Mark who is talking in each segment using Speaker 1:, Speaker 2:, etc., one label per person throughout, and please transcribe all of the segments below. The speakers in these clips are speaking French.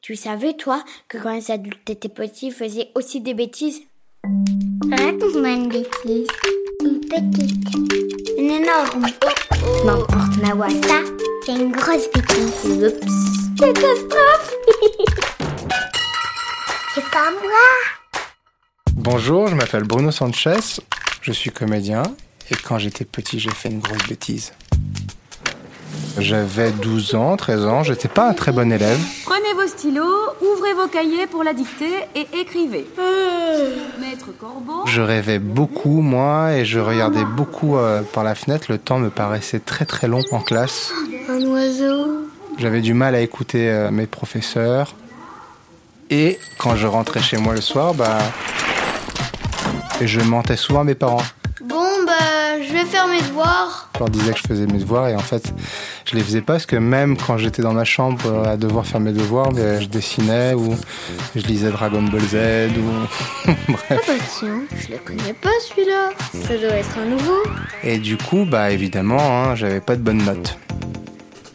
Speaker 1: Tu savais, toi, que quand les adultes étaient petits, ils faisaient aussi des bêtises
Speaker 2: Raconte-moi une bêtise.
Speaker 1: Une petite.
Speaker 2: Une énorme.
Speaker 1: N'importe, Mawa.
Speaker 2: Ça, c'est une grosse bêtise.
Speaker 1: Oups.
Speaker 2: Catastrophe C'est pas moi
Speaker 3: Bonjour, je m'appelle Bruno Sanchez, je suis comédien et quand j'étais petit, j'ai fait une grosse bêtise. J'avais 12 ans, 13 ans, j'étais pas un très bon élève.
Speaker 4: Prenez vos stylos, ouvrez vos cahiers pour la dictée et écrivez. Maître Corbeau,
Speaker 3: Je rêvais beaucoup, moi, et je regardais beaucoup euh, par la fenêtre. Le temps me paraissait très très long en classe.
Speaker 2: Un oiseau.
Speaker 3: J'avais du mal à écouter euh, mes professeurs. Et quand je rentrais chez moi le soir, bah. Je mentais souvent à mes parents.
Speaker 5: Bon, bah, je vais faire mes devoirs.
Speaker 3: Je leur disais que je faisais mes devoirs et en fait, je les faisais pas parce que même quand j'étais dans ma chambre euh, à devoir faire mes devoirs, ben, je dessinais ou je lisais Dragon Ball Z ou. Bref.
Speaker 5: Ah bah tiens, je le connais pas celui-là. Ça doit être un nouveau.
Speaker 3: Et du coup, bah évidemment, hein, j'avais pas de bonnes notes.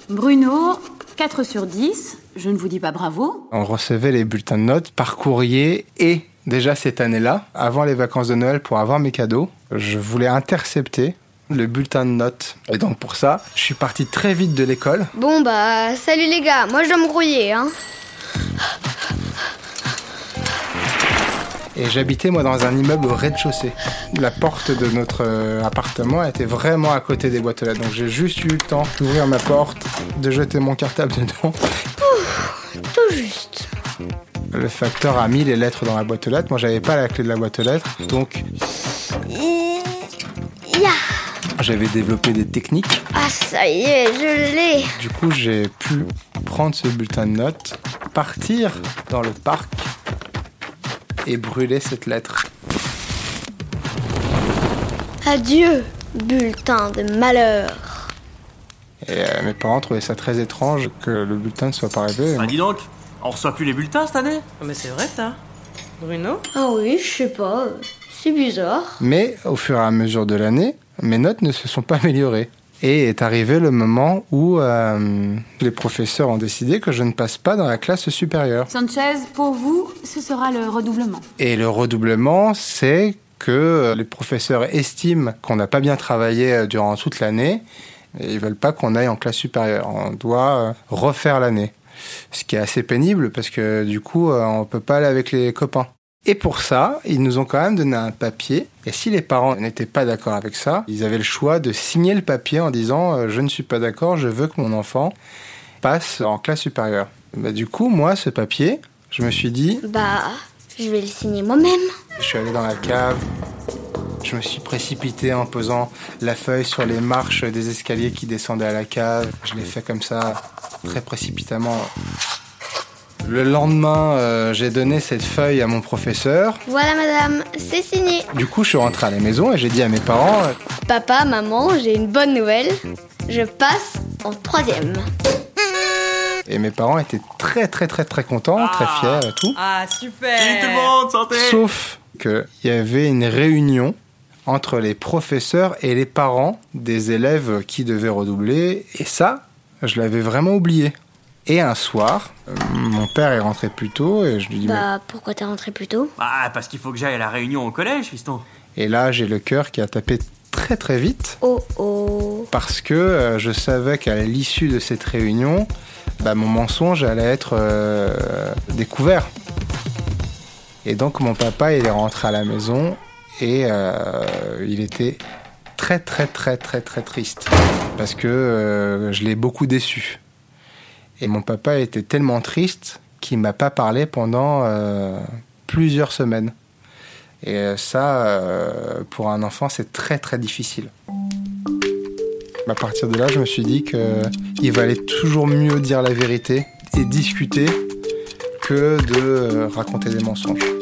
Speaker 4: Bruno, 4 sur 10. Je ne vous dis pas bravo.
Speaker 3: On recevait les bulletins de notes par courrier et déjà cette année-là, avant les vacances de Noël pour avoir mes cadeaux, je voulais intercepter le bulletin de notes. Et donc pour ça, je suis parti très vite de l'école.
Speaker 5: Bon, bah, salut les gars, moi je dois me grouiller, hein.
Speaker 3: Et j'habitais moi dans un immeuble au rez-de-chaussée. La porte de notre euh, appartement était vraiment à côté des boîtes aux lettres. Donc j'ai juste eu le temps d'ouvrir ma porte, de jeter mon cartable dedans.
Speaker 5: Tout juste.
Speaker 3: Le facteur a mis les lettres dans la boîte aux lettres. Moi j'avais pas la clé de la boîte aux lettres. Donc
Speaker 5: Hum, Ya
Speaker 3: j'avais développé des techniques.
Speaker 5: Ah, ça y est, je l'ai.
Speaker 3: Du coup j'ai pu prendre ce bulletin de notes, partir dans le parc et brûler cette lettre.
Speaker 5: Adieu, bulletin de malheur.
Speaker 3: Et euh, mes parents trouvaient ça très étrange que le bulletin ne soit pas arrivé.
Speaker 6: Bah dis donc, on reçoit plus les bulletins cette année
Speaker 7: Ah, Mais c'est vrai ça Bruno
Speaker 5: Ah oui, je sais pas, euh, c'est bizarre.
Speaker 3: Mais au fur et à mesure de l'année, mes notes ne se sont pas améliorées. Et est arrivé le moment où euh, les professeurs ont décidé que je ne passe pas dans la classe supérieure.
Speaker 4: Sanchez, pour vous, ce sera le redoublement.
Speaker 3: Et le redoublement, c'est que euh, les professeurs estiment qu'on n'a pas bien travaillé euh, durant toute l'année et ils veulent pas qu'on aille en classe supérieure. On doit euh, refaire l'année. Ce qui est assez pénible parce que du coup, euh, on peut pas aller avec les copains. Et pour ça, ils nous ont quand même donné un papier. Et si les parents n'étaient pas d'accord avec ça, ils avaient le choix de signer le papier en disant euh, Je ne suis pas d'accord, je veux que mon enfant passe en classe supérieure. Bah, du coup, moi, ce papier, je me suis dit
Speaker 5: Bah, je vais le signer moi-même.
Speaker 3: je suis allé dans la cave. Je me suis précipité en posant la feuille sur les marches des escaliers qui descendaient à la cave. Je l'ai fait comme ça, très précipitamment. Le lendemain, euh, j'ai donné cette feuille à mon professeur.
Speaker 5: Voilà, madame, c'est signé.
Speaker 3: Du coup, je suis rentré à la maison et j'ai dit à mes parents euh,
Speaker 5: Papa, maman, j'ai une bonne nouvelle. Je passe en troisième.
Speaker 3: Et mes parents étaient très, très, très, très contents, très fiers et tout.
Speaker 7: Ah super
Speaker 6: Salut tout le monde, santé
Speaker 3: Sauf qu'il y avait une réunion entre les professeurs et les parents des élèves qui devaient redoubler. Et ça, je l'avais vraiment oublié. Et un soir, euh, mon père est rentré plus tôt et je lui dis... mais-
Speaker 5: Bah, pourquoi t'es rentré plus tôt
Speaker 6: Ah, parce qu'il faut que j'aille à la réunion au collège, fiston.
Speaker 3: Et là, j'ai le cœur qui a tapé très très vite
Speaker 5: Oh oh.
Speaker 3: parce que euh, je savais qu'à l'issue de cette réunion, bah, mon mensonge allait être euh, découvert. Et donc mon papa, il est rentré à la maison et euh, il était très très très très très triste parce que euh, je l'ai beaucoup déçu. Et mon papa était tellement triste qu'il m'a pas parlé pendant euh, plusieurs semaines. Et euh, ça, euh, pour un enfant, c'est très très difficile. Bah, À partir de là, je me suis dit que il valait toujours mieux dire la vérité et discuter que de euh, raconter des mensonges.